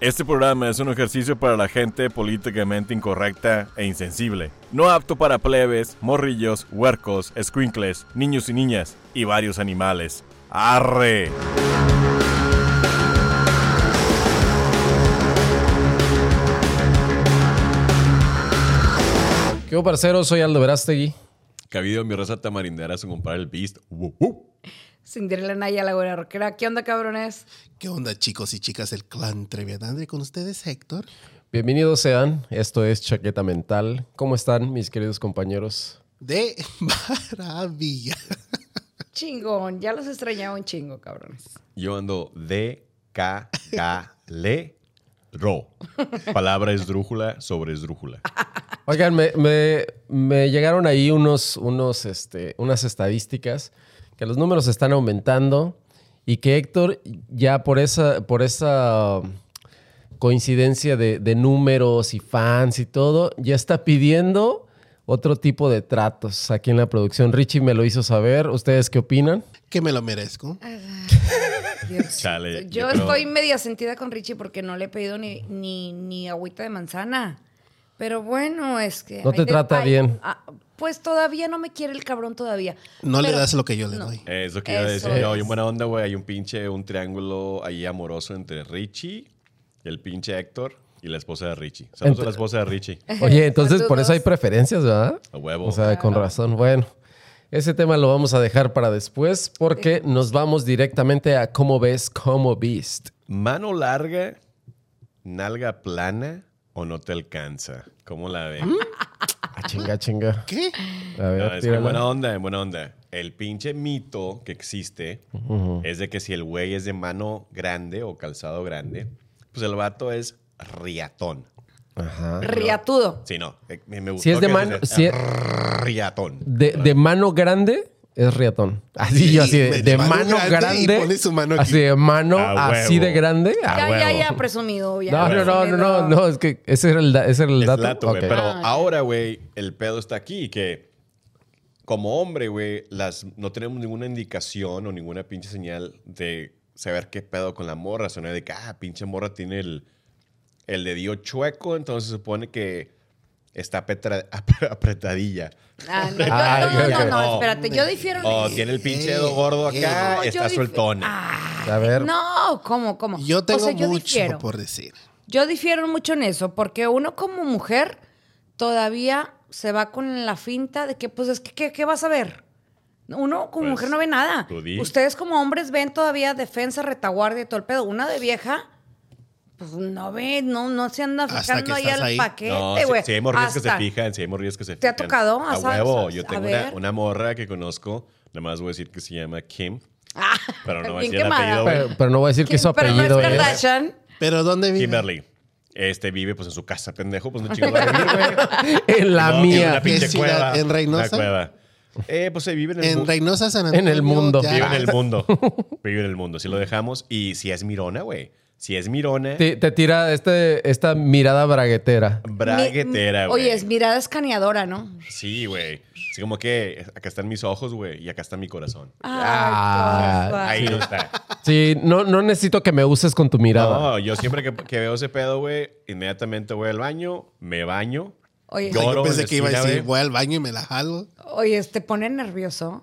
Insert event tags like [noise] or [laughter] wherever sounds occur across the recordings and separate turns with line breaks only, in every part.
Este programa es un ejercicio para la gente políticamente incorrecta e insensible. No apto para plebes, morrillos, huercos, squinkles, niños y niñas y varios animales. ¡Arre!
¿Qué hubo, parceros? Soy Aldo Verástegui.
Cabido mi raza tamarindera sin comparar el beast. Uh,
Cinderella Naya, la güera rockera. ¿Qué onda, cabrones?
¿Qué onda, chicos y chicas del clan Trevianandre? Con ustedes, Héctor.
Bienvenidos sean. Esto es Chaqueta Mental. ¿Cómo están, mis queridos compañeros?
De [laughs] maravilla.
Chingón, ya los extrañaba un chingo, cabrones.
Yo ando de k k le ro. Palabra esdrújula sobre
[laughs]
esdrújula.
Oigan, me, me- me llegaron ahí unos, unos, este, unas estadísticas que los números están aumentando y que Héctor ya por esa, por esa um, coincidencia de, de números y fans y todo, ya está pidiendo otro tipo de tratos aquí en la producción. Richie me lo hizo saber. ¿Ustedes qué opinan?
Que me lo merezco.
Dios. [laughs]
Chale, yo
yo
creo-
estoy media sentida con Richie porque no le he pedido ni, ni, ni agüita de manzana. Pero bueno, es que...
No te
ay, de-
trata
ay,
bien.
ah, pues todavía no me quiere el cabrón todavía.
No le
Pero-
das lo que yo le doy.
Eso que iba a
Eso
decir yo. Hay
es.
un buena onda, güey. Hay un pinche, un triángulo ahí amoroso entre Richie, el pinche Héctor y la esposa de Richie. Saludos a la esposa de Richie.
Oye, entonces por
Saludos.
eso hay preferencias, ¿verdad?
A huevo.
O sea, con razón. Bueno, ese tema lo vamos a dejar para después porque nos vamos directamente a cómo ves, cómo viste.
Mano larga, nalga plana o no te alcanza. ¿Cómo la ven?
Ah, chinga, chinga.
¿Qué?
A
No,
ver,
Ah, es que en
tírala.
buena onda, en buena onda. El pinche mito que existe es de que si el güey es de mano grande o calzado grande, pues el vato es riatón.
Ajá.
Riatudo.
Sí, no. eh, Me, me gustó
Si es de
que
mano,
dices, ah,
si es-
riatón.
de, de mano grande es riatón. Así
Sí,
yo, así de,
de
de
mano
mano
grande y
grande.
pone su mano aquí.
Así de mano,
A
así
huevo.
de grande.
Ya,
Ah,
ya,
huevo.
ya, presumido. Ya,
No, no, no, no,
presumido.
no, no, es que ese era el, da- ese era el
Es
dato.
lato, güey,
Pues Ok.
Pero
Ah, ok.
ahora, güey, el pedo está aquí, que como hombre, güey, las, no tenemos ninguna indicación o ninguna pinche señal de saber qué pedo con la morra. Suena de que, ah, pinche morra tiene el, el dedillo chueco, entonces se supone que está apetra- ap- [laughs] apretadilla.
Ah, no, yo-
Ah,
no,
ok,
no,
ok.
no, espérate, yo difiero. en
O
eso.
Oh, tiene el pinche dedo gordo acá,
No, yo ah,
está
dif-
sueltona.
Ay,
A ver.
No, ¿cómo, cómo?
Yo tengo
O sea,
mucho
difiero.
por decir.
Yo difiero mucho en eso, porque uno como mujer todavía se va con la finta de que, pues, es que, ¿qué, qué vas a ver? Uno como
Pues,
mujer no ve nada.
tú di.
Ustedes como hombres ven todavía defensa, retaguardia y todo el pedo. Una de vieja, pues, no ve, no, no se anda
Hasta
fijando
que
ahí
estás
al
ahí.
No,
paquete,
si,
güey.
si hay morrillas que se
Hasta-
fijan, si hay morrillas que se
¿Te ha
fijan.
tocado?
A
O sea,
huevo.
o sea,
Yo
a
tengo una,
ver.
una morra que conozco, nada más voy a decir que se llama Kim.
[laughs] Ah,
Pero no voy a
bien
decir el
quemada.
apellido, güey.
Pero, pero no voy a decir que su
Pero no
apellido
es
es.
Kardashian.
¿Pero dónde vive?
Kimberly. Este vive pues en su casa, pendejo,
[laughs]
pues no chingo va a vivir, güey.
En la
No, tiene
mía.
una pinche
¿Qué ciudad?
cueva.
¿En Reynosa?
Una cueva. Eh, pues se vive en el
En
mu-
Reynosa, San Antonio.
En el mundo.
ya.
Vive en el
[laughs]
mundo. vive en el mundo. Si lo dejamos. Y si es mirona, güey. Si es mirona,
Te, te tira este, esta mirada braguetera.
braguetera,
Mi-
güey.
Oye, es mirada escaneadora, ¿no?
Sí, güey. Así como que acá están mis ojos, güey. Y acá está mi corazón.
Ah,
Ay, cosa.
Ahí no está.
Sí, no, no necesito que me uses con tu mirada.
No, yo siempre que, que veo ese pedo, güey, inmediatamente voy al baño, me baño.
Oye,
Ay,
Lloro
Yo
en
pensé
la
que iba a
esquina,
decir,
güey.
voy al baño y me la jalo.
Oye, ¿te pone nervioso?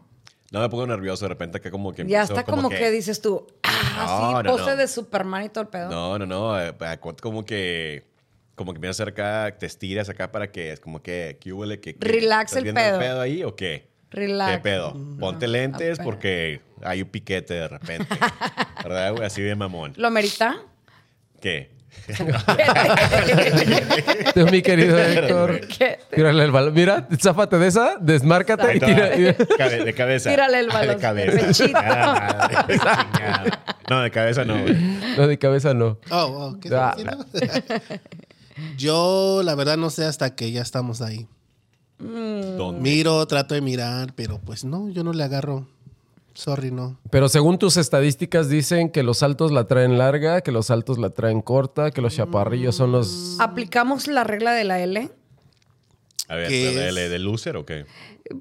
No me pongo nervioso de repente acá como que
Ya
empiezo
está como, que... dices tú, ah,
No,
sí,
no,
pose
no.
de Superman y todo el pedo.
No, no, no. eh, pa- cu- Como que. Como que empiezas acá, te estiras acá para que es como que. ¿Qué huele? Que, que-
Relax
¿estás
el
viendo
pedo. Mm, ah,
ahí o qué?
Relax.
¿Qué pedo? Ponte
No,
lentes
apenas.
porque hay un piquete de repente. ¿Verdad, güey? Así de mamón. [laughs]
¿Lo merita?
¿Qué?
[laughs] De mi querido Héctor.
¿Qué?
Tírale el balón. Mira, záfate de esa, desmárcate y tira. y-
[laughs] Cabe- de cabeza.
Tírale el
Ah,
balón,
De cabeza.
pechito.
Ah,
[laughs]
madre, chingada. no, de cabeza no, güey.
[laughs]
Mm.
No, de cabeza no.
Oh, oh, ¿qué
Ah.
se refiere? [laughs] Yo, la verdad, no sé hasta que ya estamos ahí.
¿Dónde?
Miro, trato de mirar, pero pues no, yo no le agarro. Sorry, no.
Pero según tus estadísticas dicen que los altos la traen larga, que los altos la traen corta, que los chaparrillos son
Mm. Ah,
los...
¿Aplicamos la regla de la L?
A ver,
¿Qué
¿de,
es?
de, de loser o qué?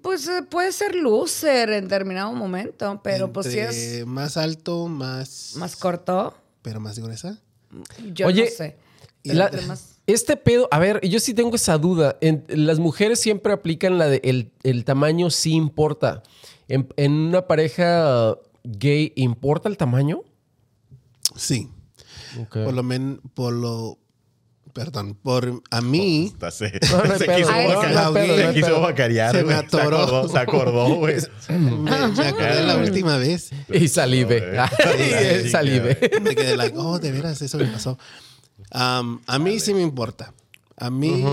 Pues eh, puede ser loser en determinado momento, pero pues si
Entre
es
Más alto, más.
más corto,
Pero más gruesa.
Yo
Oye,
no sé.
La-
Entre más-
este pedo, a ver, yo sí tengo esa duda. En- las mujeres siempre aplican la de el, el tamaño sí importa. En, en una pareja gay, ¿importa el tamaño?
Sí. Por lo menos, por lo. Perdón, por a mí.
Hasta se,
No, no hay
se
pedo,
quiso
no, no hay
bacarear,
pedo,
se
no hay
quiso
pedo.
bacarear,
Se
güey.
me atoró.
acordó, se acordó, güey.
Me, me acordé la última vez.
[laughs] Y salive.
[laughs]
No, eh.
Y salive.
Me quedé like, oh, [laughs] de veras, eso me pasó. Am, a mí sí me importa. A mí,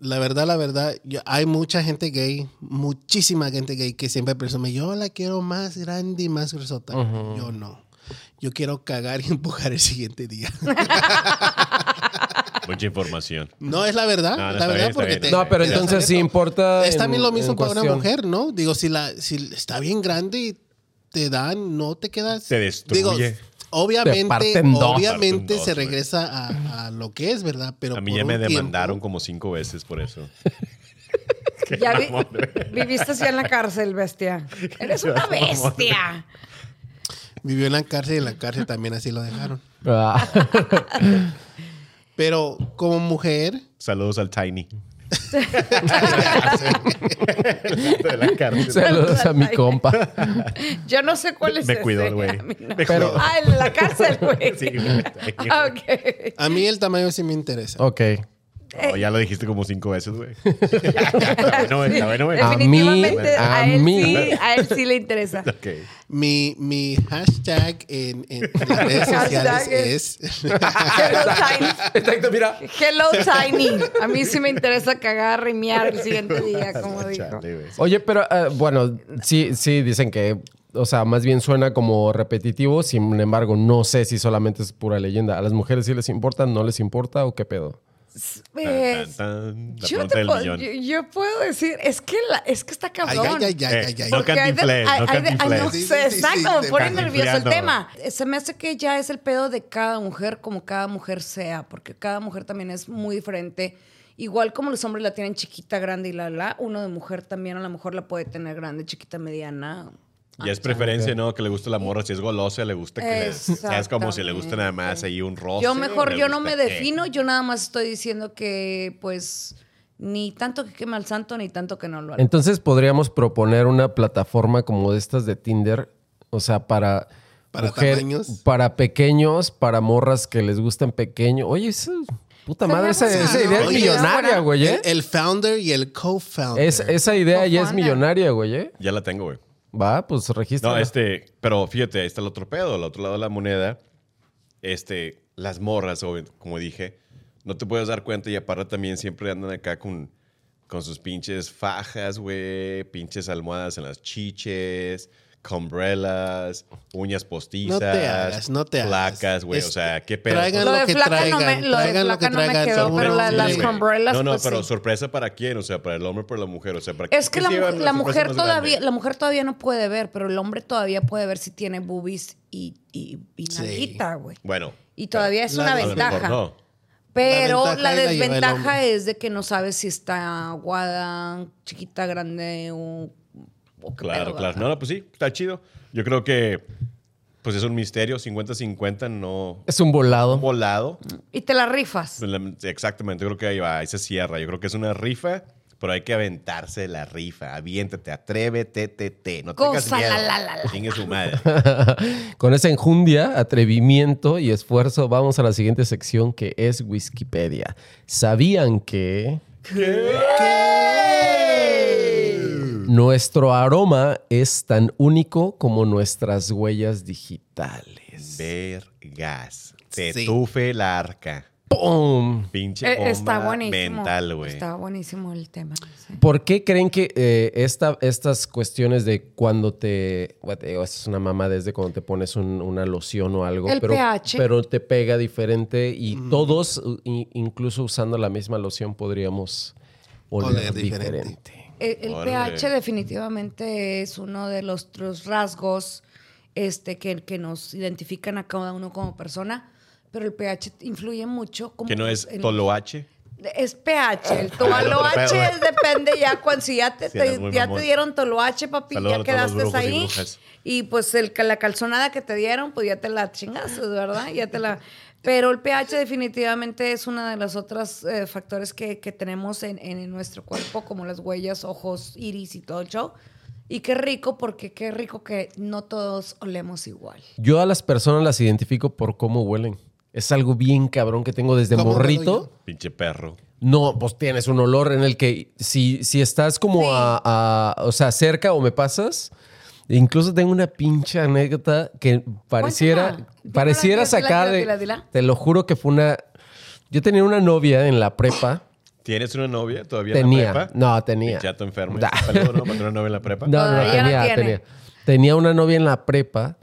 la verdad, la verdad, yo- hay mucha gente gay, muchísima gente gay que siempre presume, yo la quiero más grande y más gruesota. Yo no. Yo quiero cagar y [laughs] empujar el siguiente día. [laughs]
Mucha información.
No es la verdad,
No, no, está
la verdad,
bien, está
porque
bien.
te-
No, pero
te
entonces
hacen
sí
esto.
importa.
Es
en-
también lo mismo
en
para una
cuestión.
mujer, ¿no? Digo, si, la, si está bien grande y te dan, no te quedas.
Te destruye.
Digo,
Te
obviamente,
parten dos.
obviamente
Parten dos,
se
güey.
regresa a, a lo que es, ¿verdad? Pero
A mí
por
ya
un
me
tiempo-
demandaron como cinco veces por eso. [laughs] Qué
Ya vi-
mamón, güey.
viviste así en la cárcel, bestia. Eres una bestia.
Vivió en la cárcel y en la cárcel también así lo dejaron.
Ah, [laughs]
Pero como mujer,
Saludos al Tiny. de la cárcel.
saludos a mi compa.
Yo no sé cuál es
Me cuidó
ese.
el güey.
A mí no.
Me cuidó.
[laughs] Ah, en la cárcel, güey.
Sí, güey.
Ah, ok.
a mí el tamaño sí me interesa.
Ok.
eh.
No, ya lo dijiste como cinco veces,
[laughs]
güey. La bueno, güey, la bueno, güey.
Ah.
Definitivamente a,
a
él
mí.
sí, a él sí le
[laughs]
interesa.
Ok.
Mi, mi hashtag en, en las redes sociales
Hashtag
es...
es- Hello Tiny.
Exacto, mira.
Hello Tiny. A mí sí me interesa cagar, rimear el siguiente día, como dijo.
Chale, güey.
[laughs] Oye, pero ah, bueno, sí, sí, dicen que, o sea, más bien suena como repetitivo, sin embargo, no sé si solamente es pura leyenda. ¿A las mujeres sí les importa, no les importa o qué pedo?
Tan, tan,
Pues,
tan. La
yo,
pregunta
te
del
puedo,
millón.
yo, yo puedo decir, es que, la- es que está
Ay,
cabrón.
ay, ay, ay,
Eh,
ay, ay.
no
Porque hay de-
cantinflees,
hay-
no
hay de- ay, no
cantinflees.
Sí, sí,
sé,
sí,
exacto,
sí,
me
te
pone
cantinfleando.
nervioso el tema. Se me hace que ya es el pedo de cada mujer como cada mujer sea, porque cada mujer también es muy diferente. Igual como los hombres la tienen chiquita, grande y la la, uno de mujer también a lo mejor la puede tener grande, chiquita, mediana.
Ya
Ah,
es preferencia, ¿no? Que le gusta la morra. Si es golosa, le gusta que le... Es como si le gusta nada más ahí un roce.
Yo mejor,
le
yo no me
gusta que-
defino, yo nada más estoy diciendo que pues ni tanto que quema al santo, ni tanto que no lo haga.
Entonces podríamos proponer una plataforma como de estas de Tinder, o sea, para...
Para tamaños.
Para pequeños, para morras que les gustan pequeño. Oye, esa puta
Sería
madre, esa,
buena,
esa
¿no?
idea es
Oye,
millonaria,
buena.
güey, ¿eh?
El, el founder y el co-founder.
Es- esa idea ya es
Ojalá.
millonaria, güey, ¿eh?
Ya la tengo, güey.
Va, pues registra.
No, este, pero fíjate, ahí está el otro pedo, el otro lado de la moneda. Este, las morras, obvio, como dije, no te puedes dar cuenta y aparte también siempre andan acá con, con sus pinches fajas, güey, pinches almohadas en las chiches, combrellas, uñas postizas,
No te hagas, no te hagas.
placas, güey, o
Es-
sea, qué pedo.
traigan
Lo
lo,
de
que
flaca
traigan,
no me- lo de
traigan lo que
flaca no me
traigan.
quedó,
son
pero la-
hombres,
las
güey.
con- umbrellas,
No, no,
pues,
pero
sí.
sorpresa para quién, o sea, para el hombre o para la mujer, o sea, para
Es que
¿quién
la,
se lleva
mu-
sorpresa
la mujer
más
todavía,
grande?
la mujer todavía no puede ver, pero el hombre todavía puede ver si tiene boobies y, y, y
Sí.
nalguita, güey.
Bueno,
Y todavía es
la-
una
a lo
a lo mejor
ventaja.
no.
Pero
La
la,
ventaja la lleva el
desventaja
hombre.
es de que no sabes si está aguada, chiquita, grande o... o qué
Claro, claro.
pedo, ¿verdad?
No, no, pues sí, está chido. Yo creo que pues es un misterio, 50-50, no
Es un volado.
volado.
Y te la rifas.
Pues, la- Exactamente, yo creo que ahí va, ahí se cierra. Yo creo que es una rifa, pero hay que aventarse la rifa. Aviéntate, atrévete, te, te. No tengas
Gózala,
miedo.
la, la, la.
Chingue su
[laughs]
madre.
Con esa enjundia, atrevimiento y esfuerzo, vamos a la siguiente sección que es Wikipedia. ¿Sabían que nuestro aroma es tan único como nuestras huellas digitales?
Vergas. Te
Sí.
tufe la arca.
¡Pum!
Pinche
Eh, está
bomba
buenísimo.
mental, güey.
Está buenísimo el tema. sí.
¿Por qué creen que eh, esta- estas cuestiones de cuando te... bueno, te digo, esto es una mamá desde cuando te pones un- una loción o algo,
El
pero,
pH.
pero te pega diferente y
Mm.
todos, u- i- incluso usando la misma loción, podríamos oler
Oler
diferente.
diferente.
Eh, El, el
Órale.
pH definitivamente es uno de los tres rasgos este, que, que nos identifican a cada uno como persona, pero el pH influye mucho. Como
Que no es
en-
toloache.
Es pH. El
Ah, el otro pedo,
toloache
eh.
es- depende ya cuando si ya te,
Sí,
te-
eres muy
ya
mamón.
te dieron toloache, papi,
Saludos
ya
a todos los
quedaste
brujos y
ahí.
brujas.
Y, pues el, la calzonada que te dieron, pues ya te la chingaste, ¿verdad? Ya te la. Pero el pH definitivamente es una de las otras eh, factores que, que tenemos en, en nuestro cuerpo, como las huellas, ojos, iris y todo el show. Y qué rico, porque qué rico que no todos olemos igual.
Yo a las personas las identifico por cómo huelen. Es algo bien cabrón que tengo desde
¿Cómo huelo
morrito.
yo?
Pinche perro.
No, pues tienes un olor en el que si, si estás como
Sí.
a, a- o sea, cerca o me pasas, incluso tengo una pinche anécdota que pareciera,
Cuéntala. Dila,
pareciera
dila, dila,
sacar de,
dila, dila.
te lo juro que fue una, yo tenía una novia en la
[coughs]
prepa,
¿Tienes una novia todavía en
tenía,
la prepa?
no, tenía.
Chato enfermo.
[laughs]
Da.
Saludos, ¿no? Para tener una novia en la prepa.
No, no, no,
Todavía
tenía,
la tiene.
tenía. Tenía una novia en la prepa.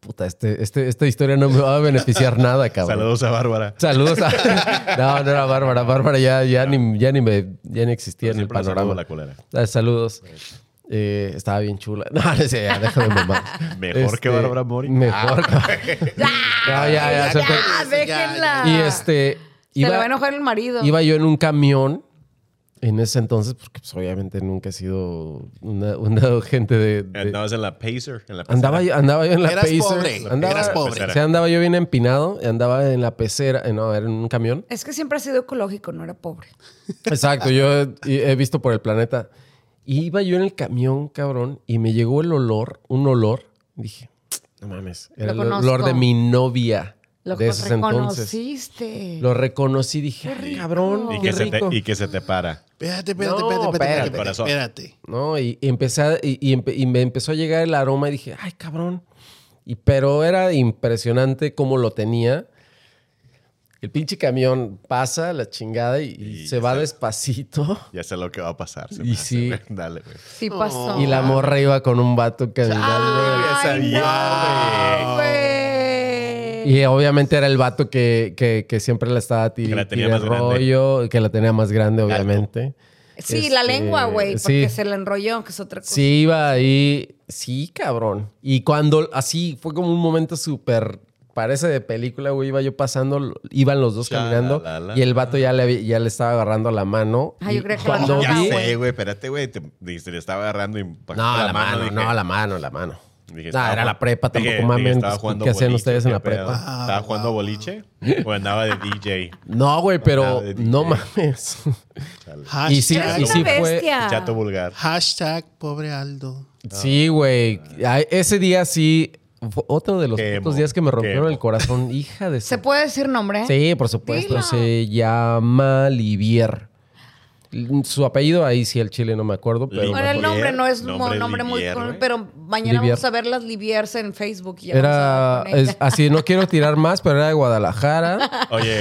Puta, este, este- esta historia no me va a beneficiar nada, cabrón.
Saludos a Bárbara.
Saludos a...
[laughs]
No, no era Bárbara. Bárbara ya, ya, ni, ya, ni, me, ya ni existía en el
Siempre la saludo
panorama.
a la culera.
Ah, saludos. Eh, estaba bien chula. [laughs] No, no sé, ya, déjame mamar.
Mejor que Bárbara Mori.
Mejor que... [laughs] No, ya, ya, suelta.
¡Ah, déjenla!
Y este...
Se la va a enojar el marido.
Iba yo en un camión en ese entonces, porque pues, obviamente nunca he sido una, una gente de... de-
Andabas en la Pacer. En la
andaba, yo, andaba yo en la
Eras
Pacer.
pobre,
Andaba,
eras
pobre.
o sea, andaba yo bien empinado, andaba en la pecera, eh, no, era en un camión.
Es que siempre ha sido ecológico, no era pobre.
Exacto, yo he, he visto por el planeta. Y iba yo en el camión, cabrón, y me llegó el olor, un olor. Dije, no mames, era
Lo
el
conozco.
olor de mi novia
Lo
de esos entonces.
reconociste.
Lo reconocí, dije,
Qué
"Ay,
rico.
cabrón,
Y
Oh, qué
que, se
rico.
te, y que se te para.
Espérate, espérate,
No,
espérate, espérate, espérate,
espérate.
espérate.
No, y, y empecé a- y, y empe- y me empezó a llegar el aroma y dije, ay, cabrón. Y, pero era impresionante cómo lo tenía. El pinche camión pasa la chingada y, y
Y
se
ya
va
se-
despacito.
Ya sé lo que va a pasar. se
Y
me hace,
sí.
güey. Dale, güey.
Sí pasó.
Y la morra iba con un vato
Ah,
caminando.
Ya sabía,
no, güey.
Y obviamente era el vato que, que- que siempre la estaba tirando.
Que la tenía más grande.
rollo, que la tenía más grande, obviamente.
Sí, la
Este,
lengua, güey, porque
sí.
se la enrolló, que es otra cosa.
Sí, iba ahí. Sí, cabrón. Y cuando así fue como un momento súper. Parece de película, güey. Iba yo pasando, iban los dos
Cha,
caminando
la, la.
y el vato ya le, había- ya le estaba agarrando la mano.
Ay, Ah, yo
Y
creía que
cuando
la
Ya
mano.
vi.
güey.
sé, güey. Espérate, güey. Te, dijiste, le estaba agarrando y bajó
No, la, mano,
dije,
no, la mano, la mano.
dije,
no,
estaba
era
jugando-
la prepa,
dije-
tampoco
dije,
mames.
estaba jugando
¿Qué hacían
boliche,
ustedes en
qué
la
pedo.
prepa?
¿Estaba jugando boliche? ¿O andaba de DJ?
No, güey, pero
de DJ.
no mames.
Hashtag,
Y sí,
Eres
y
una
sí fue-
bestia.
Chato vulgar.
hashtag pobre Aldo.
Sí, güey. Ay, Ese día sí. fue otro de los
Quemo,
pocos días que me rompieron
quemo.
el
[laughs]
corazón. Hija de.
¿Se
su-
puede decir nombre?
Sí, por supuesto.
Dilo.
Se llama Livier. Su apellido, ahí sí, el chile no me acuerdo, pero.
Livier.
Bueno, el nombre no es
Nombre
un nombre muy
Livier, ¿eh?
común,
güey.
pero mañana
Livier.
vamos a ver las Liviers en Facebook. Y ya vamos a
Era.
hablar con ella.
es- así, no quiero tirar más, pero era de Guadalajara
Oye,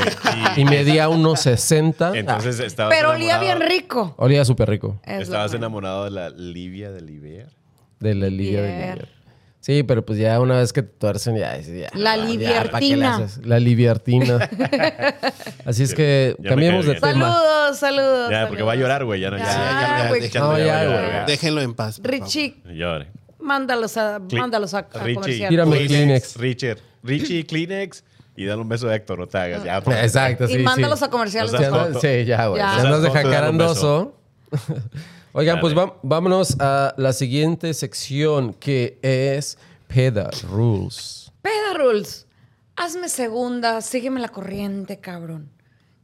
y,
[laughs]
y medía unos 60.
entonces estabas
Pero olía bien
enamorado-
Ah,
rico.
olía súper rico.
Es lo
Estabas
bueno.
enamorado de la Livia de Livier.
De la Liga de
Livier.
Livier. Sí, pero pues ya una vez que te tuercen, ya. ya
La
ya, ¿para qué le
Liviertina.
haces? La
[laughs]
Liviartina. Así es que
Ya me
cambiemos
cae
de
bien.
tema.
Saludos, saludos.
Ya, porque va a
saludos.
llorar, güey. Ya no, ya,
Ya,
ya, ya,
güey.
ya, Chato
No,
ya va a
ya,
llorar,
güey.
güey.
Déjenlo en paz. por
Richie,
Llore.
mándalos a,
Cli-
mándalos a, a comercial.
Tírame el Kleenex.
Richard. Richie, Kleenex. Y dale un beso a Héctor, no te hagas. Ya, pues.
Exacto, sí.
Y
sí.
mándalos a comerciales.
O
Sí,
sea,
por
anda-
foto.
sí, ya, güey.
Ya.
Si andas de
Esas fotos,
jacarandoso. [laughs] Oigan,
Dale.
pues va- vámonos a la siguiente sección que es Peda Rules.
Peda Rules, hazme segunda, sígueme la corriente, cabrón.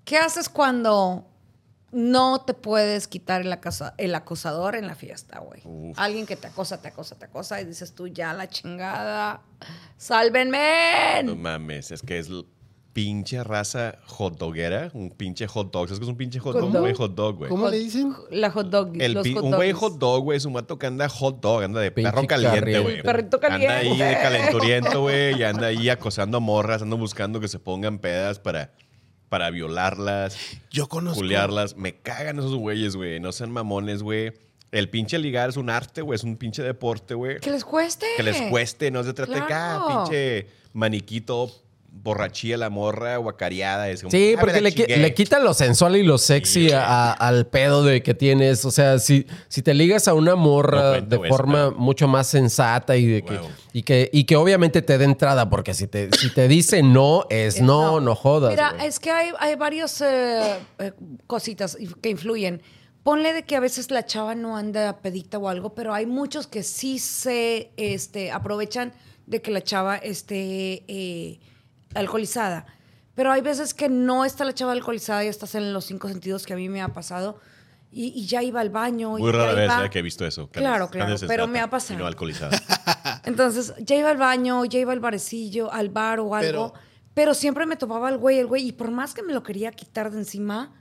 ¿Qué haces cuando no te puedes quitar el, acosa- el acosador en la fiesta, güey? Alguien que te acosa, te acosa, te acosa y dices tú, ya la chingada,
No
sálvenme.
mames, es que es l- pinche raza hotdoguera. Un pinche hot dog. ¿Sabes qué es un pinche hot
Hot
dog? Un
dog.
güey hot dog,
favor.
güey.
¿Cómo le dicen?
La hot dog,
El
los
pi-
hot
un güey
doggies.
hot dog, güey, es un mato que anda hot dog, anda de
Pinche
perro caliente,
carrión.
güey.
El perrito caliente.
Anda ahí de calenturiento, güey, y anda ahí acosando a morras, anda buscando que se pongan pedas para, para violarlas,
Yo conozco.
culiarlas. Me cagan esos güeyes, güey, no sean mamones, güey. El pinche ligar es un arte, güey, es un pinche deporte, güey.
Que les cueste.
Que les cueste, no se trate de que, ah,
Claro.
pinche maniquito, borrachía la morra, guacareada. Es como, "Ah,
Sí,
me
porque
la
le, qui-
chingué".
le quitan lo sensual y lo sexy
Sí.
a- a- al pedo de que tienes. O sea, si, si te ligas a una morra
No cuento
de
eso,
forma
pero-
mucho más sensata y de que,
Huevo.
y que, y que obviamente te dé entrada, porque si te, si te dice no, es no, no, jodas.
Mira,
güey.
es que hay, hay varias cositas inf- que influyen. Ponle de que a veces la chava no anda pedita o algo, pero hay muchos que sí se este, aprovechan de que la chava esté eh, alcoholizada. Pero hay veces que no está la chava alcoholizada y estás en los cinco sentidos que a mí me ha pasado. Y, y ya iba al baño. y
Muy
ya
rara vez
iba-
eh, que he visto eso.
Claro,
Candice-
claro,
Candice es
pero me
nata
ha pasado.
Y no alcoholizada.
Entonces, ya iba al baño, ya iba al barecillo, al bar o algo.
Pero-
Pero, siempre me topaba el güey, el güey. Y por más que me lo quería quitar de encima,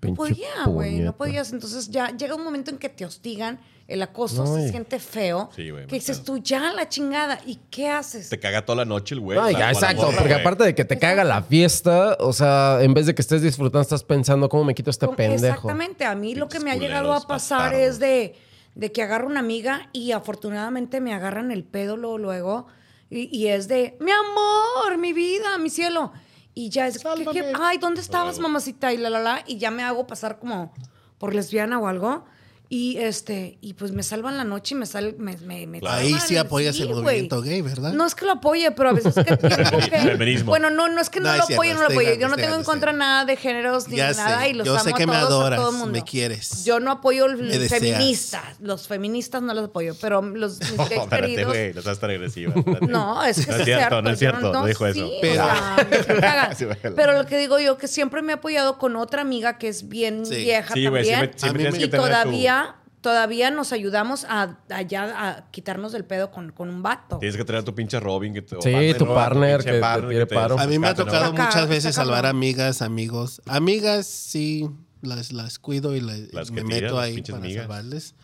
Pinche
no podía, güey.
puñeta.
No podías. Entonces, ya llega un momento en que te hostigan, el acoso
No,
se
y-
siente feo.
Sí, güey,
que dices
bastante.
tú, ya la chingada. ¿Y qué haces?
Te caga toda la noche el güey.
No,
o
y
sea,
ya,
o la
exacto,
morra,
porque
güey.
aparte de que te caga la fiesta, o sea, en vez de que estés disfrutando, estás pensando cómo me quito este
Con-
pendejo.
Exactamente. A mí lo que
Pinches
me ha llegado
culeros,
a pasar
bastardos.
es de, de que agarro una amiga y afortunadamente me agarran el pedo luego. luego, y, y es de, mi amor, mi vida, mi cielo. Y ya es, ¿qué- qué- ay, ¿dónde estabas, mamacita? Y la, la, la. Y ya me hago pasar como por lesbiana o algo. Y este, y pues me salvan la noche y me sal, me, me- me
Claro.
Ahí
salvan,
sí apoyas el
güey.
movimiento gay, ¿verdad?
No es que lo apoye, pero a veces que
[laughs]
tengo que-
Feminismo.
Bueno, no, no es que no,
No, es
lo
cierto,
apoye, no lo
estoy
apoye.
grande,
Yo no
estoy
tengo en
grande,
contra nada de géneros ni
Ya sé,
nada y los
yo
amo
sé que
a
me
todos, a
adoras,
todo el mundo.
me quieres.
Yo no apoyo
Me
los
deseas.
feministas, los feministas no los apoyo, pero los
[laughs]
mis gays
Oh, espérate,
queridos.
güey. [laughs] No seas tan agresiva. [laughs]
No, es que
No
sí
es cierto, no es
yo
cierto. No dijo eso.
sí, o
Pero-
sea,
[laughs]
me caga.
Sí, bájala.
Pero lo que digo yo, que siempre me he apoyado con otra amiga que es bien
Sí.
vieja
Sí, güey.
también.
Siempre, siempre
A mí
tienes
me-
que
Y
tener tu-
todavía, todavía nos ayudamos a, a ya- a quitarnos del pedo con, con un vato.
Tienes que tener tu pinche Robin. Que te, o
Sí, tu
¿no?
partner que
pinche
te tire paro.
A mí me ha
rescate, ¿no?
tocado
Está
muchas
cabrón,
veces
está
salvar
cabrón.
amigas, amigos. Amigas sí, las, las cuido y las,
Las que
me
tiran,
meto
las
ahí
pinches
para
amigas.
salvarles.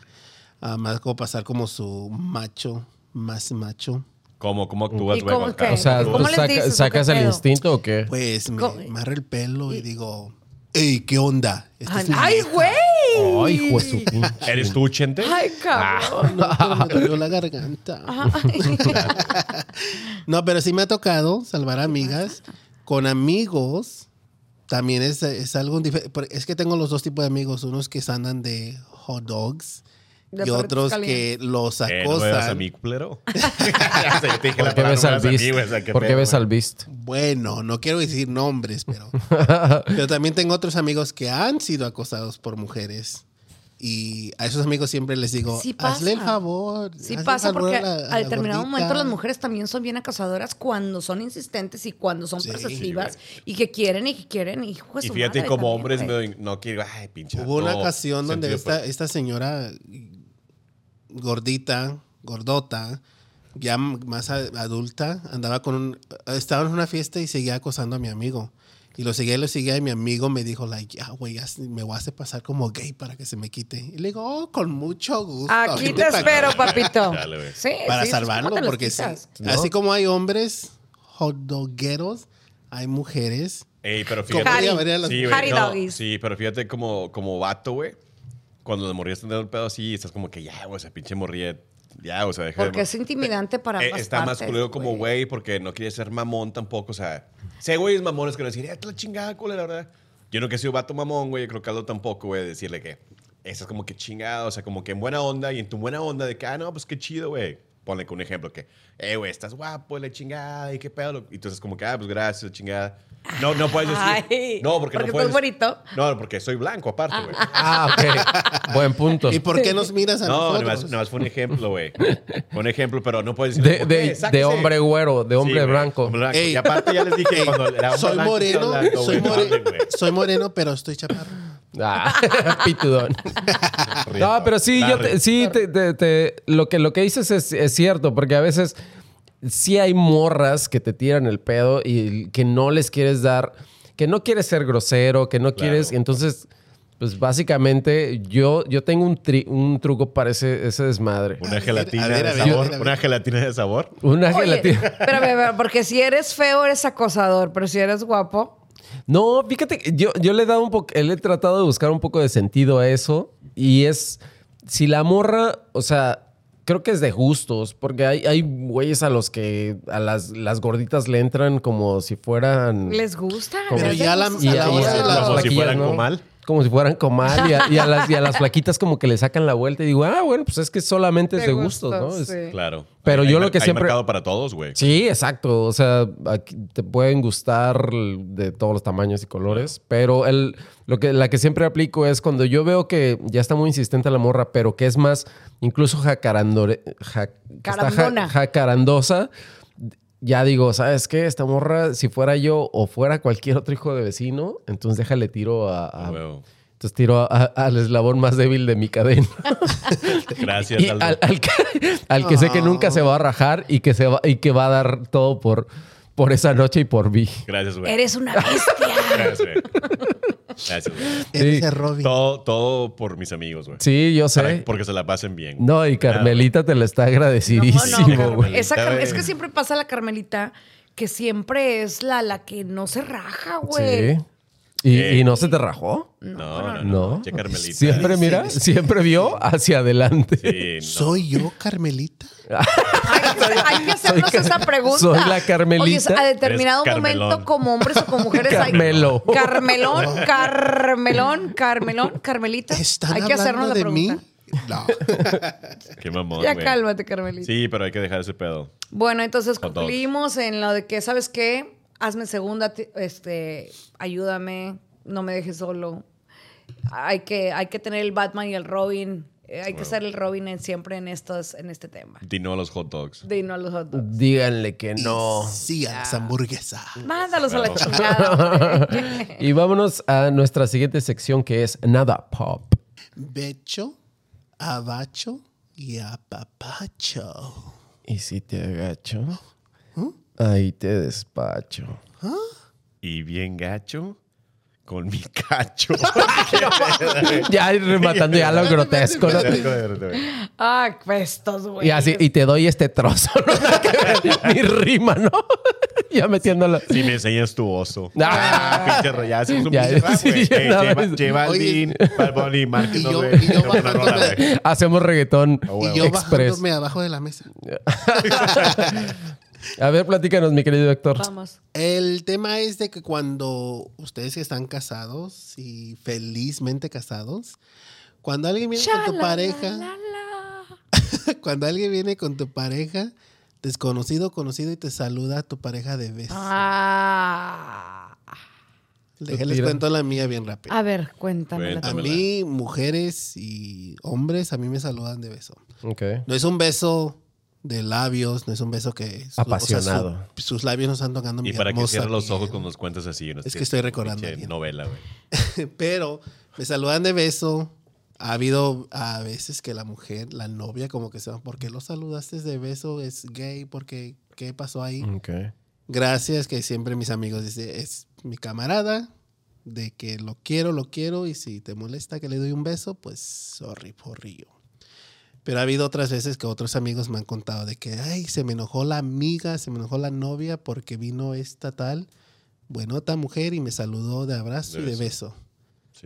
Ah, más como pasar como su macho, más macho.
¿Cómo, cómo actúas,
¿Y
güey?
cómo
con-
qué?
O sea,
tú-
¿Cómo
¿tú
les
saca-
dices o qué
sacas el
pedo?
instinto o qué?
Pues me
Co-
amarro el pelo y digo, ¡Ey, qué onda! Esta
Ay,
Este es mi
¡Ay, [laughs]
vieja".
güey!
Ay, hijo de su pinche.
[laughs] ¿Eres tú, Chente?
¡Ay, cabrón!
No, pero me dolió la garganta.
[laughs]
No, pero sí me ha tocado salvar amigas con amigos. También es, es algo diferente. Es que tengo los dos tipos de amigos. Unos que se andan de hot dogs
De
y
perritos
otros
calientes.
que los
Eh, ¿No me ves a
acosan.
mí,
[laughs]
culero? Ya sé, te dije
¿Por
la
qué
palabra,
ves
no
al
me ves a mí,
Beast?
güey, o sea, qué
¿Por qué
pedo,
Pues
ves
güey.
al Beast?
bueno, no quiero decir nombres, pero, pero también tengo otros amigos que han sido acosados por mujeres. Y a esos amigos siempre les digo,
Sí pasa.
hazle el favor.
Sí
hazle el
pasa
favor
porque
a la- a la
al determinado
gordita".
momento las mujeres también son bien acosadoras cuando son insistentes y cuando son
Sí.
perceptivas y que quieren y que quieren. Y, hijo de
Y
su
fíjate,
madre
como
también,
hombres,
güey.
me- no quiero. Ay, pinche.
Hubo una
no,
ocasión donde
sentido,
esta, esta señora gordita, gordota, ya m- más a- adulta, andaba con un... Estaba en una fiesta y seguía acosando a mi amigo. Y lo seguía y lo seguía y mi amigo me dijo, like, ah, güey, ya se- me voy a hacer pasar como gay para que se me quite. Y le digo, oh, con mucho gusto.
Aquí
vente
te
para acá".
espero, papito.
[laughs] Dale, güey.
Sí,
Para
sí,
salvarlo,
¿cómo te los
porque sí.
quitas?
¿No?
Así como hay hombres hot dogueros, hay mujeres.
Ey, pero
Como
fíjate.
Harry.
podría haber a las-
Sí,
Harry
güey, no,
Doggies.
sí, pero fíjate como, como vato, güey. Cuando las morrillas están dando el pedo así, estás como que ya, güey, esa pinche morrilla. Ya, o sea, deja de
Porque
ma-
es intimidante para
Eh,
ambas
Está más
partes,
culero [laughs] como güey porque no quiere ser mamón tampoco. O sea, sé güeyes mamones que no decir, ¡Esta la chingada, culera, la verdad. Yo no que soy vato mamón, güey. Yo creo que Aldo tampoco, güey, decirle que esa es como que chingada. O sea, como que en buena onda y en tu buena onda de que, ah, no, pues qué chido, güey. Ponle que un ejemplo que, eh, güey, estás guapo, la chingada, y qué pedo. Y entonces, como que, ah, pues gracias, chingada. No, no puedes decir.
Ay,
no, porque,
porque
no puedes.
estás bonito.
No, porque soy blanco, aparte, güey.
Ah, ok. Buen punto.
¿Y por qué nos miras a
No,
nosotros?
nomás, nomás fue un ejemplo, güey. Fue un ejemplo, pero no puedes decir.
De,
pues, "¿Por
de-
qué?
de
"Eh, Sáquese".
hombre güero, de hombre
Sí, güey,
blanco.
hombre blanco.
Ey.
Y aparte ya les dije
Ey,
cuando era hombre
soy
blanco,
moreno,
estaba blanco,
soy,
güey,
more-
no mames,
[laughs]
güey.
soy moreno, pero estoy chaparro.
Ah, [laughs] pitudón. No, pero sí, yo te-
Larry.
sí, te- te- te- lo, que, lo que dices es, es cierto, porque a veces sí hay morras que te tiran el pedo y que no les quieres dar, que no quieres ser grosero, que no
Claro.
quieres, entonces, pues básicamente yo, yo tengo un, tri- un truco para ese, ese desmadre.
Una
A
gelatina
ver,
de
a ver, a
sabor,
ver, a ver.
una gelatina de sabor.
Una
Oye,
gelatina.
espérame, espérame, porque si eres feo eres acosador, pero si eres guapo,
No, fíjate, que yo, yo le he dado un poco, le he tratado de buscar un poco de sentido a eso. Y es, si la morra, o sea, creo que es de gustos, porque hay, hay güeyes a los que a las, las gorditas le entran como si fueran...
les gusta.
Como-
les
Pero
ya la-
gusta.
a la hora de la-
Como si
flaquillas,
fueran comal.
Como si fueran comal y a, y a las, y a las flaquitas como que le sacan la vuelta y digo, ah, bueno, pues es que solamente es de gustos,
gusta,
¿no? Es-
sí.
Claro.
Pero yo
mar-
lo que siempre-
mercado para todos, güey.
Sí, exacto. O sea, aquí te pueden gustar de todos los tamaños y colores, pero el, lo que, la que siempre aplico es cuando yo veo que ya está muy insistente la morra, pero que es más, incluso jacarandore, ja- que está ja-
Carandona.
jacarandosa, ya digo, ¿sabes qué? Esta morra, si fuera yo o fuera cualquier otro hijo de vecino, entonces déjale tiro a.
Ah.
a-
[laughs]
Huevo.
entonces tiro a- a- al eslabón más débil de mi cadena.
Gracias,
Y al,
Aldo.
al que, [laughs] al que sé que nunca se va a rajar y que, se va, y que va a dar todo por, por esa noche y por mí.
Gracias, güey.
Eres
[laughs]
una bestia.
Gracias, güey. Gracias, güey.
Eres el Robin.
Todo, todo por mis amigos, güey.
Sí, yo sé.
Para- porque se la pasen bien. güey.
No, y Carmelita te la está
No, no,
agradecidísimo,
Carmen.
güey.
Esa Carmen-
güey.
es que siempre pasa la Carmelita que siempre es la, la que no se raja, güey.
Sí. ¿Y,
Eh.
y no se te rajó?
No, no, no.
No.
Che, Carmelita.
Siempre, mira, siempre vio hacia adelante.
Sí, no.
¿Soy yo, Carmelita?
Hay que, hay que hacernos
Soy [laughs] Car-
esa pregunta.
soy la Carmelita.
Oye, a determinado
Eres Carmelón.
momento, como hombres o como mujeres, hay-
Carmelo. [laughs]
Carmelón, Carmelón, Carmelón, Carmelita.
¿Están
hay que hacernos
hablando
la
de
pregunta.
[laughs]
mí? No.
Qué mamón,
Ya
güey.
cálmate, Carmelita.
Sí, pero hay que dejar ese pedo.
Bueno, entonces
Hot dogs.
concluimos en lo de que, ¿sabes qué? Hazme segunda, ti- este, ayúdame, no me dejes solo. Hay que, hay que tener el Batman y el Robin. Eh, hay que ser el Robin en- siempre en, estos, en este tema.
Dino a los hot dogs.
De no a los hot dogs.
Díganle que no.
Sí, a las hamburguesas.
Mándalos a la
Pero-
chingada. hombre.
[laughs] Y vámonos a nuestra siguiente sección que es Nada Pop.
Becho, abacho y apapacho.
Y si te agacho,
¿Mm?
ahí te despacho.
Y bien gacho con mi cacho. [laughs]
[laughs]
Ya rematando ya lo grotesco. ¿no?
ah, estos, güey.
Y así, y te doy este trozo, ¿no? [laughs] Nada que ver, Mi rima, ¿no? [laughs] ya metiéndolo.
Si me enseñas tu oso.
Ah.
Ah, pinche rayada. Es un
Ya,
pinche rap,
sí,
güey.
ya
Ey,
nada
J Ba-
más.
J Balvin, Bad Bunny, Márquez,
y
no,
yo-
güey.
y yo
Qué buena rola,
bajándome-
güey.
Hacemos reggaetón
Y yo
express.
bajándome abajo de la mesa.
A ver, platícanos, mi querido Héctor.
Vamos.
El tema es de que cuando ustedes están casados y felizmente casados, cuando alguien viene con tu pareja, cuando alguien viene con tu pareja, desconocido, conocido y te saluda a tu pareja de beso.
Ah.
Déjenles
Tira.
cuento la mía bien rápido.
A ver, cuéntame.
A
Cuéntame. dámela.
mí, mujeres y hombres, a mí me saludan de beso.
Ok.
No es un beso de labios, no es un beso que... su-
Apasionado.
o sea, su- sus labios no están tocando mi
Y para que
hermosa
cierres los ojos
piel.
cuando nos cuentas así. ¿no?
Es que estoy recordando
Pinche
bien.
Novela, güey.
[laughs] Pero me saludan de beso. Ha habido a veces que la mujer, la novia, como que se va, ¿por qué lo saludaste de beso? ¿Es gay? porque qué? pasó ahí?
Ok.
Gracias, que siempre mis amigos dicen, es mi camarada, de que lo quiero, lo quiero, y si te molesta que le doy un beso, pues sorry, porrillo. Pero ha habido otras veces que otros amigos me han contado de que, ay, se me enojó la amiga, se me enojó la novia porque vino esta tal, buenota mujer, y me saludó de abrazo
De
y de
beso.
beso.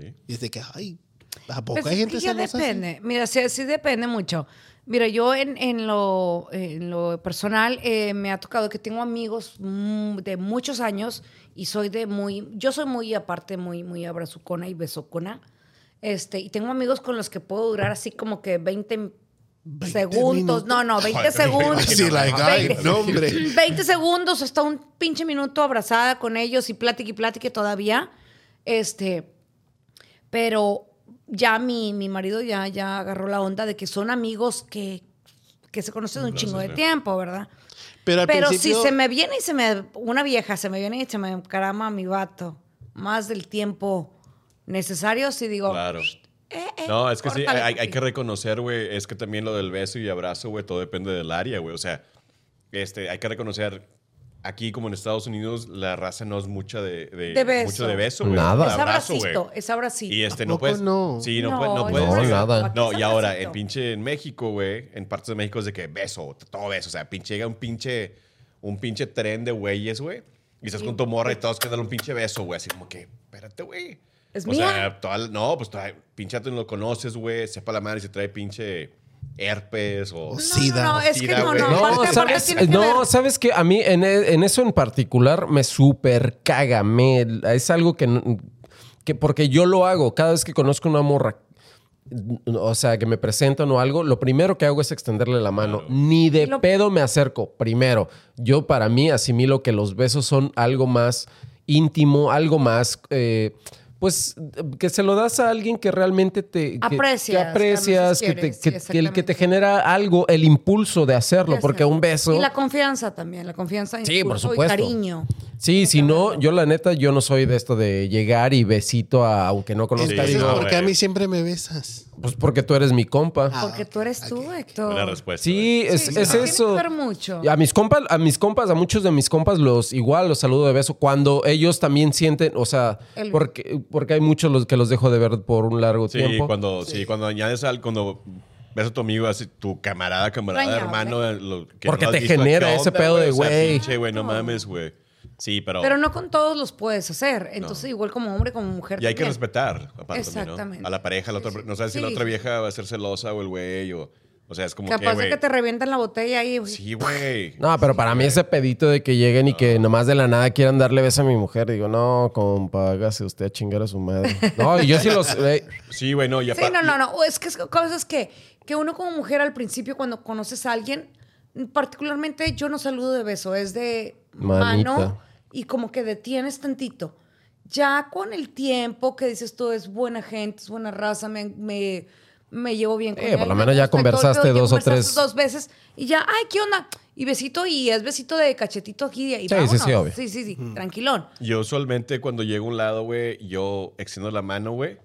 Sí.
Y es de que, ay, ¿a poco
Pues es
hay gente
que ya
celosa así? [laughs]
depende. Mira, sí, sí depende mucho. Mira, yo en, en lo, en lo personal eh, me ha tocado que tengo amigos mm, de muchos años y soy de muy, yo soy muy aparte, muy, muy abrazucona y besocona. Este, y tengo amigos con los que puedo durar así como que 20,
20
segundos.
minutos.
No, no, 20
Joder,
segundos.
Ah, Sí, like, ay,
Mm, Veinte-
no, hombre.
20 segundos, hasta un pinche minuto abrazada con ellos y plática y plática todavía. Este, pero ya mi, mi marido ya, ya agarró la onda de que son amigos que, que se conocen un chingo de
sí.
tiempo, ¿verdad?
Pero, al
Pero si
principio-
se me viene y se me. Una vieja se me viene y se me encarama mi vato más del tiempo necesario, si
Oh.
digo.
Claro.
eh, eh,
No, es que sí,
córtale,
hay, hay
papi.
que reconocer, güey, es que también lo del beso y abrazo, güey, todo depende del área, güey. O sea, este, hay que reconocer, aquí como en Estados Unidos, la raza no es mucha de, de,
De beso.
mucho de beso, güey.
Nada.
De
Es
abrazo, güey.
abracito, es abracito.
Y este
¿A
no
poco
puedes.
no?
Sí, no,
No,
puedes. No,
es
puedes,
No,
güey.
nada.
Aquí
No,
es
y ahora,
abracito.
en pinche en México, güey, en partes de México es de que beso, todo beso. O sea, pinche llega un pinche, un pinche tren de güeyes, güey. Y estás con tu morra y todos que darle un pinche beso, güey. Así como que, espérate, güey.
¿Es
o
mía?
sea, toda la- no, pues toda, pinche tú no lo conoces, güey. Sepa la madre si trae pinche herpes o.
O
No,
sida.
No, no, es
Sida,
que no,
güey.
no.
No,
aparte- aparte
¿sabes?
tiene que
No,
ver-
¿sabes qué? A mí en, e- en eso en particular me súper caga. me- es algo que, no- que... Porque yo lo hago. Cada vez que conozco una morra, o sea, que me presentan o algo, lo primero que hago es extenderle la mano. Ni de
Y lo-
pedo me acerco. Primero, yo para mí asimilo que los besos son algo más íntimo, algo más... eh, pues que se lo das a alguien que realmente te que-
Aprecias,
que, aprecias,
también, si
que,
quieres,
te,
sí,
que- que el- que te
exactamente.
genera algo, el impulso de hacerlo,
Ya
porque
sé.
un beso.
Y la confianza también, la confianza.
Sí, por
impulso y
supuesto.
cariño.
Sí, si no, yo la neta, yo no soy de esto de llegar y besito a, aunque no conozca.
Entonces,
Sí, no,
¿por qué a
güey.
mí siempre me besas?
Pues porque tú eres mi compa.
Ah,
Porque tú eres tú,
ok.
Héctor.
Buena respuesta.
sí,
Sí,
es,
sí,
es
tiene que
eso.
ver mucho.
A mis compas, a mis compas, a muchos de mis compas los igual los saludo de beso cuando ellos también sienten, o sea,
El-
porque porque hay muchos los que los dejo de ver por un largo
Sí,
tiempo.
cuando, sí. cuando añades al, cuando ves a tu amigo, así, tu camarada, camarada,
Extraña,
hermano, lo que
Porque
has
te
visto,
genera
¿qué
ese
onda,
pedo de,
O sea,
güey.
pinche, güey, no mames, güey. Sí, pero,
Pero no con todos los puedes hacer. Entonces, igual como hombre, como mujer.
y hay que
también.
respetar aparte También,
Exactamente.
¿no? A la pareja, a la otra,
Sí, sí.
no sabes si la
Sí.
otra vieja va a ser celosa o el güey o, o sea, es como
Capaz
que,
de
güey,
que te revientan la botella ahí. güey.
sí, güey.
No, pero para mí ese pedito de que lleguen y que nomás de la nada quieran darle beso a mi mujer, digo, no, compa, hágase usted a chingar a su madre. No, y yo sí los... eh,
Sí, güey, no, y
Sí,
apar-
no, no, no. O Es que es cosas que, que uno como mujer al principio cuando conoces a alguien, particularmente yo no saludo de beso, es de
Manita.
mano y como que detienes tantito. Ya con el tiempo que dices tú es buena gente, es buena raza, me, me, me llevo bien con
Eh,
él,
por lo
me
menos ya
gusta y todo,
conversaste
pero ya
dos o
conversaste
tres.
dos veces y ya, ay, ¿qué onda? Y besito y es besito de cachetito aquí y
Sí, sí, sí,
vámonos.
obvio.
Sí, sí, sí, tranquilón.
Yo usualmente cuando llego a un lado, güey, yo extiendo la mano, güey,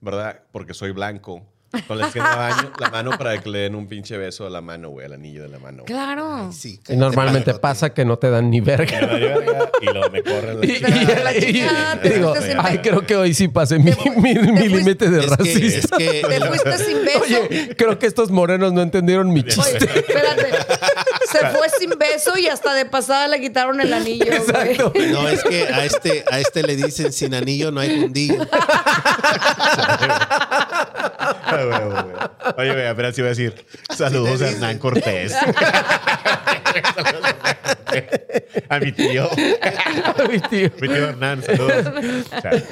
¿verdad? Porque soy blanco. Con la extiendo [laughs] la, baño- la mano para que le den un pinche beso a la mano, güey, al anillo de la mano. güey.
Claro.
Sí,
y normalmente
cállate,
pasa que no te dan ni verga.
Me vale verga Y luego me corren
[laughs]
la
Y,
chingada.
y-
la
y-
chingada, te
digo,
fuiste sin
ay,
verga".
creo que hoy sí pasé mi,
fu-
mi-
te
mi
fuiste-
límite de
Es que, es
racista.
[laughs]
que
Te fuiste sin beso.
[laughs] Oye, creo que estos morenos no entendieron mi
Oye,
Este.
chiste. [laughs]
espérate. Se fue sin beso y hasta de pasada le quitaron el anillo. güey.
Exacto.
pues,
no, es que a este, a este le dicen sin anillo no hay
[laughs]
fundillo.
Ah, güey, güey, güey. Oye, güey, apenas iba a decir saludos a Hernán Cortés.
[laughs]
a mi tío.
Ay, tío.
Mi tío Hernán, saludos. Chale.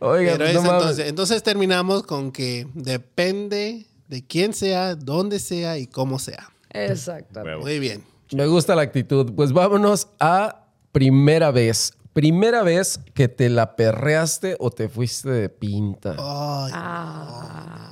Oiga,
Pero
no
es
mames.
entonces, entonces terminamos con que depende de quién sea, dónde sea y cómo sea.
Ah,
Exacto.
Huevo.
Muy bien.
Me gusta la actitud. Pues vámonos a primera vez. Primera vez que te la perreaste o te fuiste de pinta.
Oh.
Ay,
Ah.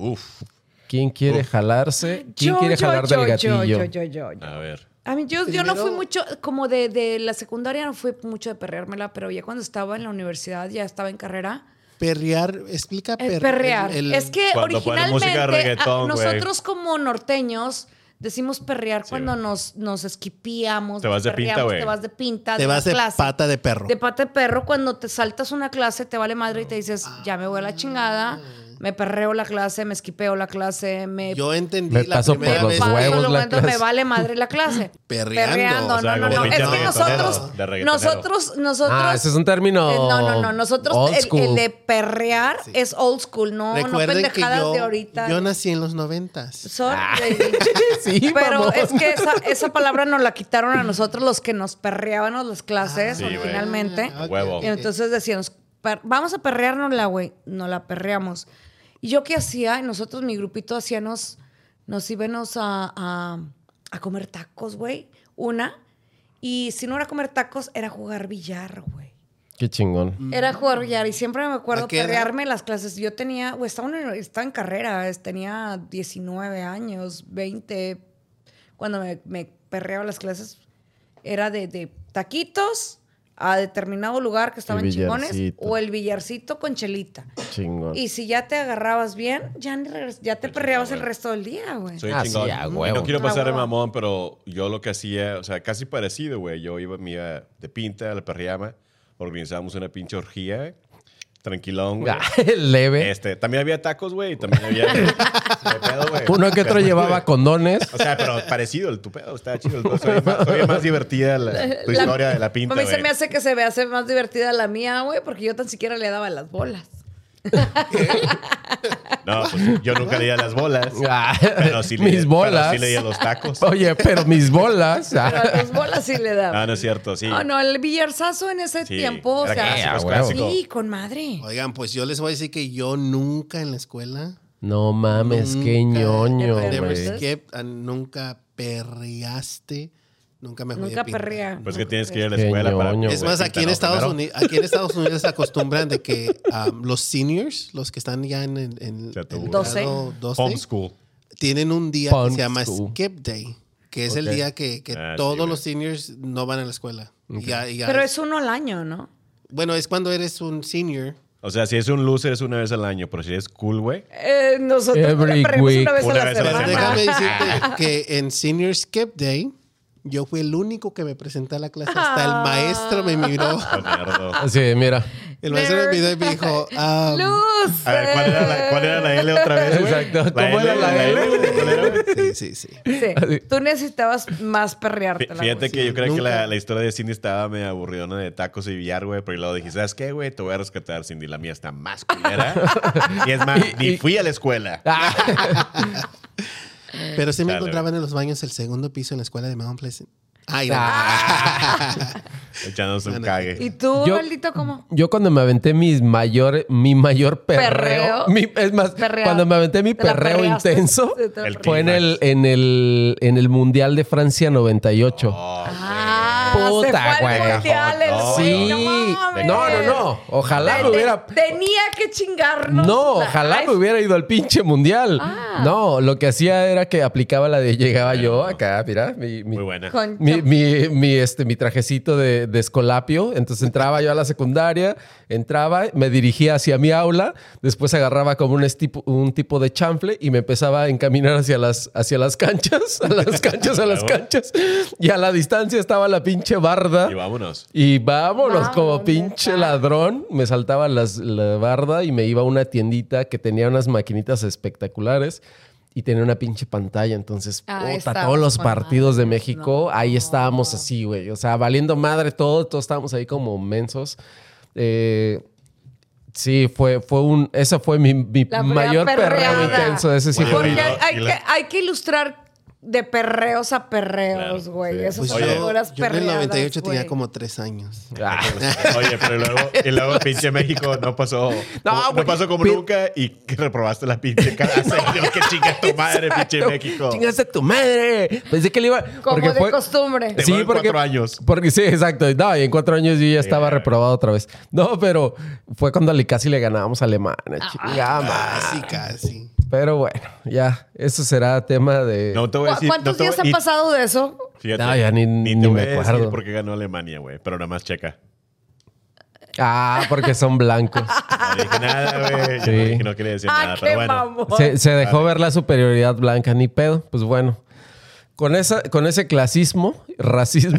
Uf,
¿Quién quiere jalarse? ¿Quién quiere jalar
yo,
del gatillo?
Yo, yo, yo, yo.
a ver.
A mí, yo, yo no
Primero-
fui mucho, como de, de la secundaria no fui mucho de perreármela, pero ya cuando estaba en la universidad, ya estaba en carrera.
perrear, explica
Es
per-
perrear.
el- el-
es que
Cuando ponen música de
originalmente a-
reggaetón, güey.
nosotros como norteños decimos perrear cuando
güey.
nos, nos esquipiamos.
Te vas de
perreamos,
pinta, güey.
Te vas de pinta.
te
la
vas de
clase.
pata de perro.
De pata de perro, cuando te saltas una clase, te vale madre y te dices, ya me voy a la chingada, me perreo la clase, me esquipeo la clase, me.
Yo entendí
Me
la
paso por
primera
los
vez.
paso,
huevos.
lo
la
cuento,
clase.
me vale madre la clase.
Perreando, o sea,
como
no, no,
pinche
no. Es que
reggaetonero,
nosotros,
de reggaetonero.
nosotros, nosotros.
Ah, ese es un término
Eh, No, no, no. Nosotros,
old
el- el,
school.
de perrear es old school, no,
Recuerden
no
que
pendejadas
yo,
de ahorita.
yo nací en los noventas.
Sorry,
Sí,
pero
mamón.
es que esa, esa palabra nos la quitaron a nosotros los que nos perreábamos las clases
Sí, güey.
originalmente.
Ah, ok,
Huevo.
ok.
Y entonces decíamos, "Per- vamos a perreárnosla, güey. No la perreamos. ¿Y yo qué hacía? Y Nosotros, mi grupito, hacíamos, nos íbamos a, a- a comer tacos, güey. Una. Y si no era comer tacos, era jugar billar, güey.
Qué chingón.
Era jugar billar y siempre me acuerdo
¿A qué edad?
perrearme las clases. Yo tenía, o estaba, en, estaba en carrera, es- tenía 19 años, 20. Cuando me, me perreaba las clases, era de, de taquitos a determinado lugar que estaban chingones
billarcito.
o el billarcito con chelita.
Chingón.
Y si ya te agarrabas bien, ya, ni regres- ya te perreabas el resto del día, güey.
Soy
Ah,
chingón.
sí, a
Y
huevo.
No quiero
A
pasar de
huevo.
mamón, pero yo lo que hacía, o sea, casi parecido, güey. Yo iba, me iba de pinta, a la perriama, organizábamos una pinche orgía, tranquilón, güey.
[laughs] Ah, leve.
Este, también había tacos, güey, y también había... de pedo, güey.
[laughs] Uno que
[laughs]
otro llevaba condones.
O sea, pero parecido el tu pedo, está chido. el pedo. Soy más, soy más divertida la, tu
La-
historia de la pinta,
A mí se
güey.
me hace que se me hace más divertida la mía, güey, porque yo tan siquiera le daba las bolas.
No, pues yo nunca leía las bolas.
Ah,
Pero sí leía,
mis bolas. Oh,
Pero sí leía los tacos.
Oye, pero mis bolas. ah.
Pero a las bolas sí le daba.
Ah, no es cierto, sí.
No, no, el billarzazo en ese
Sí,
tiempo, o
era
sea,
clásico, es
Ah, huevo.
clásico.
sí, con madre.
Oigan, pues yo les voy a decir que yo nunca en la escuela
No mames, qué
Mm,
Nunca.
ñoño,
Never
güey.
skip.
que, ah, nunca perreaste Nunca me voy a
Nunca
pintar.
perrea.
Pues
Nunca
que tienes que ir
perrea.
a la
Qué
escuela para...
ñoño,
Es más, aquí en, Estados Unidos, aquí en Estados Unidos se acostumbran de que um, los seniors, los que están ya en el, en
Ya te
el
voy.
12.
grado 12,
Homeschool.
tienen un día que
Punk
se llama
school.
Skip Day, que es
Ok.
el día que, que
Ah, sí,
todos
güey.
los seniors no van a la escuela. Y ya- y ya
Pero
es-
es uno al año, ¿no?
bueno, es cuando eres un senior.
O sea, si es un loser es una vez al año, pero si eres cool, güey.
Eh, nosotros
Every
perreamos
week.
una vez
Una
a la
vez a la
Pero
semana.
semana.
[laughs]
déjame decirte que en Senior Skip Day, yo fui el único que me presenté a la clase. Hasta el maestro me miró.
Ah.
pues, Leonardo.
Sí, mira.
El maestro me miró y me dijo, ah,
Luz. eh,
A ver, ¿cuál era la, cuál era la L otra vez, güey?
Exacto, ¿cómo era la L?
¿Cuál era, güey?
sí, sí, sí.
[laughs]
Sí, tú necesitabas más
Fí-
perrearte.
Fíjate que yo creo que
Nunca.
la, la historia de Cindy estaba medio aburridona de tacos y billar, güey. Pero luego dije, ¿sabes qué, güey? Te voy a rescatar, Cindy. La mía está más culera. y es
[laughs]
más,
Y-
ni
y-
fui a la escuela.
Ah.
Ah.
Pero sí me
Dale,
encontraban en los baños del segundo piso en la escuela de Mount Pleasant. Ay, no.
Ah.
ah,
Echándose un
no.
¿Y
cague.
tú,
Yo-
maldito, cómo?
Yo cuando me aventé mis mayor, mi mayor perreo,
Perreo.
mi- es más,
Perreado.
cuando me aventé mi
¿Te la
perreo
perreaste?
intenso,
Sí, te la
El
perreaste.
fue en el, en, el, en el Mundial de Francia 98.
Ah,
Puta,
se fue al
güey.
mundial el
No,
sí.
güey, mames.
No, no, no. Ojalá
Te-
me hubiera...
te- Tenía que chingarnos.
No, ojalá
Ay,
me hubiera ido al pinche mundial.
Ah.
No, lo que hacía era que aplicaba la de llegaba yo acá, mira, mi, mi-
Muy buena.
con-
mi, mi- mi, este, mi trajecito de, de escolapio. Entonces entraba yo a la secundaria, entraba, me dirigía hacia mi aula, después agarraba como un, estipo- un tipo de chanfle y me empezaba a encaminar hacia las, hacia las canchas, a las canchas, a las
Claro.
canchas. Y a la distancia estaba la pinche barda.
Y vámonos.
Y vámonos,
Vámonos,
como pinche
neta.
ladrón. Me saltaba las, la barda y me iba a una tiendita que tenía unas maquinitas espectaculares y tenía una pinche pantalla. Entonces,
Ah,
puta,
estabas
todos los
con
partidos de
madres,
México,
no.
ahí estábamos así, güey. O sea, valiendo madre todo, todos estábamos ahí como mensos. Eh, sí, fue, fue un. Esa fue mi, mi
La primera
mayor perreo
perreada.
intenso. Ese sí
Oye,
fue.
y
Porque
lo-
hay, hay
y lo-
que, hay que ilustrar de perreos a perreos,
Claro,
güey.
sí.
Esas
Pues
son
Oye.
yo,
horas
yo en
perreadas,
el 98 tenía
güey.
como tres años.
Ah.
Oye, pero luego, y luego pinche México no pasó. No,
güey.
pasó como
Pi-
nunca y que reprobaste la pinche cara. [laughs] Señor, que chinga tu madre, pinche México.
Chingaste tu madre. Pensé que le iba.
Como
porque
de
fue-
costumbre.
Te voy en cuatro años. Eh.
Porque sí, exacto. No, y en cuatro años yo ya estaba
ya, ya.
reprobado otra vez. No, pero fue cuando le- casi le ganábamos a Alemania.
Ah.
chingada madre.
Casi, casi.
Pero bueno, ya. Eso será tema de.
No te voy a
¿Cu-
decir.
¿Cuántos
no te voy-
días han
y-
pasado de eso?
Fíjate,
No, ya ni- ni
te
me
voy a decir
acuerdo.
por qué ganó Alemania, güey. Pero nada más checa.
Ah, porque son
[laughs]
blancos.
No dije nada, güey. Yo
Sí.
no dije- no quería decir nada,
ah,
pero
qué
bueno.
mamón.
se, se dejó ver la superioridad blanca, ni pedo. Pues bueno. Con, esa, con ese clasismo, racismo.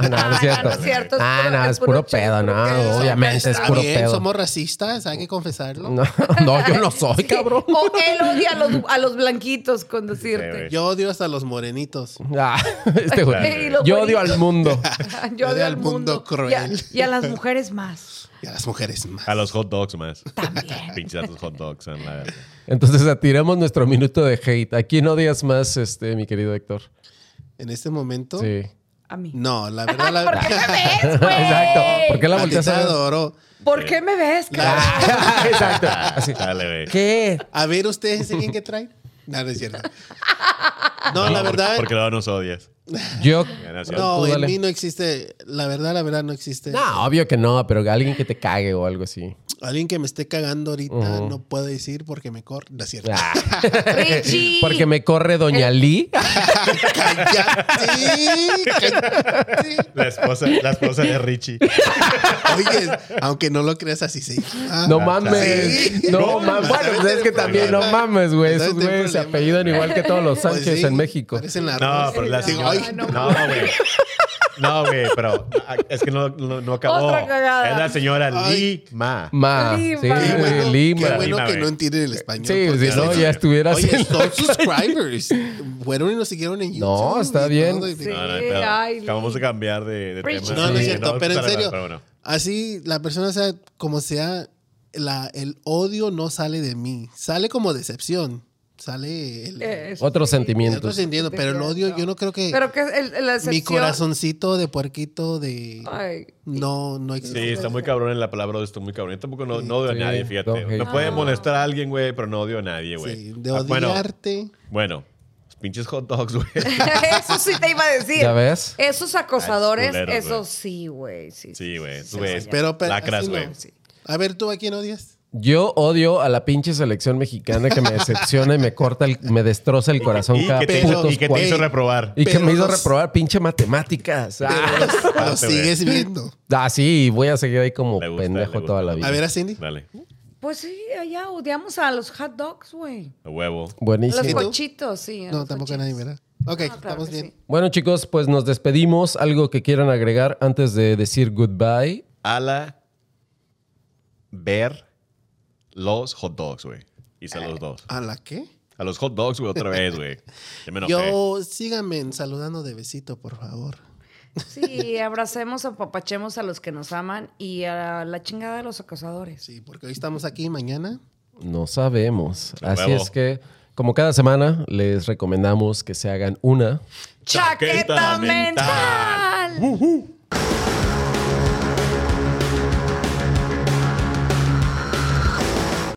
[laughs] no, no es cierto.
[laughs] no es cierto, es
Ah,
puro-
no,
es
es puro
puro chiste,
pedo.
puro
No,
pedo.
obviamente es
Está
puro
bien,
pedo.
somos racistas, hay que confesarlo.
No, [laughs] no, yo no soy, cabrón.
O él odia a los, a los blanquitos con decirte.
güey.
Yo odio hasta los morenitos.
Ah, [laughs] este güey.
Y los
Yo odio
güeritos.
al
[laughs]
mundo.
[laughs] Yo odio
Odia
al
al
mundo
mundo cruel.
Y a, y a las mujeres más.
Y a las mujeres más.
A los hot dogs más. También. Pinches datos hot dogs. en la-
Entonces atiremos nuestro minuto de hate. ¿A quién odias más, este, mi querido Héctor?
En este momento.
Sí.
A mí.
No, la verdad,
[laughs]
la
¿Por qué
[laughs]
me ves, güey?
Exacto. ¿Por qué la
Patita
volteas a
de
ver?
oro.
¿Por qué me ves, cabrón?
Ah.
Ah, [laughs] Exacto. Así.
Dale, güey.
¿Qué?
A ver, ustedes ese bien que traen. No, no es cierto. No,
No,
la
porque-
verdad.
Porque luego nos odias.
Yo.
No, es cierto.
No,
Tú
en
dale.
mí no existe. La verdad, la verdad, no existe.
No, obvio que no, pero alguien que te cague o algo así.
Alguien que me esté cagando ahorita no puedo decir porque me corre. No es cierto.
Ah.
[laughs]
Richie.
Porque me corre Doña Lee.
Ah. ¡Cállate! cállate.
La esposa, la esposa de Richie.
Oye, aunque no lo creas así, sí. Ah,
No
Ah,
mames.
sí.
No
No,
mames. Bueno,
¿sabes
pues es
el
que también no
problema?
mames, güey.
¿Sabes
Esos
el
güeyes se
problema?
apellidan igual que todos los
pues
Sánchez
sí,
en México.
parecen
No,
largos.
pero la señora.
Digo, ay,
no, güey. No, güey, pero ah, es que no, no, no acabó.
Otra cagada.
Es la señora
Ay.
Lima.
Ma.
Lima.
Sí,
Qué bueno, qué
Lima.
bueno
Lima,
que
güey.
no entienden el español.
Sí,
porque
si no,
así-
ya estuvieras
Oye,
en
son subscribers. Fueron y nos siguieron en YouTube.
No, está
y
bien.
todo, y-
Sí.
No, no, pero
ay,
Acabamos de cambiar de, de
Richie.
tema.
No, no es
Sí,
cierto. pero en
pero-
serio,
pero bueno.
así la persona sea como sea, la, el odio no sale de mí. Sale como decepción. Sale el...
Eh,
[laughs]
es-
Otros
Nosotros
sentimientos.
entiendo, pero el odio yo no creo que...
Pero que el, el- la
mi
excepción-
corazoncito de puerquito de...
Ay.
No, no
Sí,
existe.
está muy cabrón en la palabra, está muy cabrón. Yo tampoco no, no odio
Sí,
a nadie, fíjate.
Ah.
don't hate.
Me puede molestar a alguien, güey, pero no odio a nadie, güey.
Sí, de
Ah, bueno,
odiarte.
Bueno, Pinches hot dogs, güey.
[laughs] Eso sí te iba a decir.
¿Ya ves?
Esos acosadores,
culeros, güey.
eso sí, güey. Sí,
Sí, güey.
sí,
Tú ves.
sí, sí.
Pero, pero
Lacras,
así no.
güey.
A ver, tú aquí no
[laughs]
odias.
Yo odio a la pinche selección mexicana que me decepciona y me corta, el- me destroza el corazón
Y
cada
que te
putos
hizo, y que te
cuatro.
hizo reprobar.
Y que
Pero
me hizo
los-
reprobar pinche
[laughs]
matemáticas. Ah,
Lo
Parte, güey.
sigues viendo.
Ah, sí, voy a seguir ahí como
Le gusta, le
pendejo
gusta.
toda la vida.
A ver a Cindy.
Dale.
Pues sí, allá odiamos a los hot dogs, güey.
A huevo.
A los
Buenísimo.
¿Y tú?
cochitos, sí. a
No,
los
tampoco a
cochitos.
nadie, ¿verdad? Ok,
Ah, claro
estamos
que
bien.
sí.
Bueno, chicos, pues nos despedimos. Algo que quieran agregar antes de decir goodbye.
A la ver los hot dogs, güey. Hice a los dos.
¿A la qué?
A los hot dogs, güey, otra vez, güey. Ya me enojé.
Yo, síganme en saludando de besito, por favor. [laughs]
Sí, abracemos, apapachemos a los que nos aman y a la chingada de los acosadores.
Sí, porque hoy estamos aquí, mañana.
No sabemos. Así
huevo.
es que, como cada semana, les recomendamos que se hagan una.
Chaqueta,
Chaqueta
mental.
mental.